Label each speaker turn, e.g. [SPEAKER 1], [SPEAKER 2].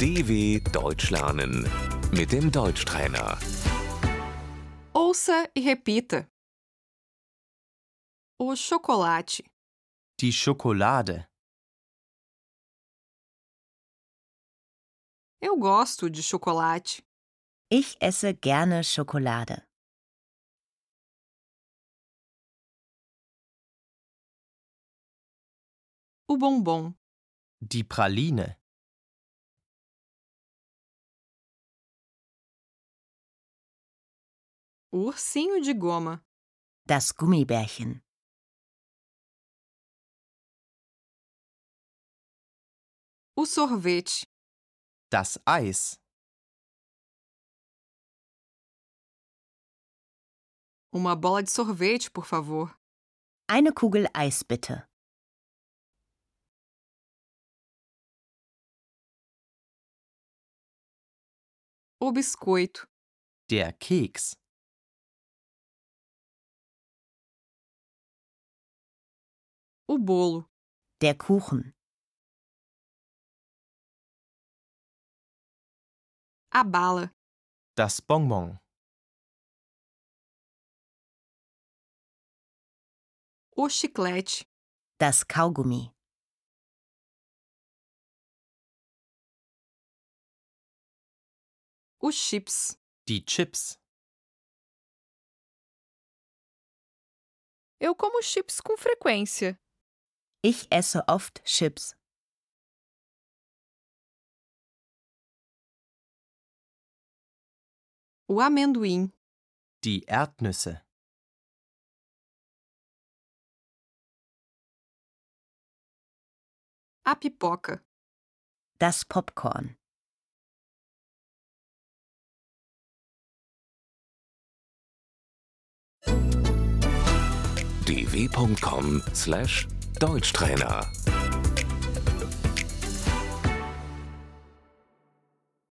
[SPEAKER 1] DW Deutsch lernen mit dem Deutschtrainer.
[SPEAKER 2] Ouça e repita. O chocolate,
[SPEAKER 3] Die Schokolade.
[SPEAKER 2] eu gosto de chocolate,
[SPEAKER 4] Ich esse gerne Schokolade.
[SPEAKER 2] o bombom,
[SPEAKER 3] Die Praline.
[SPEAKER 2] o ursinho de goma,
[SPEAKER 4] Das Gummibärchen.
[SPEAKER 2] o sorvete,
[SPEAKER 3] Das Eis.
[SPEAKER 2] uma bola de sorvete, por favor,
[SPEAKER 4] Eine Kugel Eis bitte.
[SPEAKER 2] o biscoito,
[SPEAKER 3] Der Keks.
[SPEAKER 2] o bolo,
[SPEAKER 4] Der Kuchen.
[SPEAKER 2] a bala,
[SPEAKER 3] Das Bonbon.
[SPEAKER 2] o chiclete,
[SPEAKER 4] Das Kaugummi.
[SPEAKER 2] os chips.
[SPEAKER 3] Die Chips.
[SPEAKER 2] Eu como chips com frequência.
[SPEAKER 4] Ich esse oft Chips.
[SPEAKER 2] O amendoim,
[SPEAKER 3] Die Erdnüsse.
[SPEAKER 2] a pipoca,
[SPEAKER 4] Das Popcorn.
[SPEAKER 1] dw.com/deutschtrainer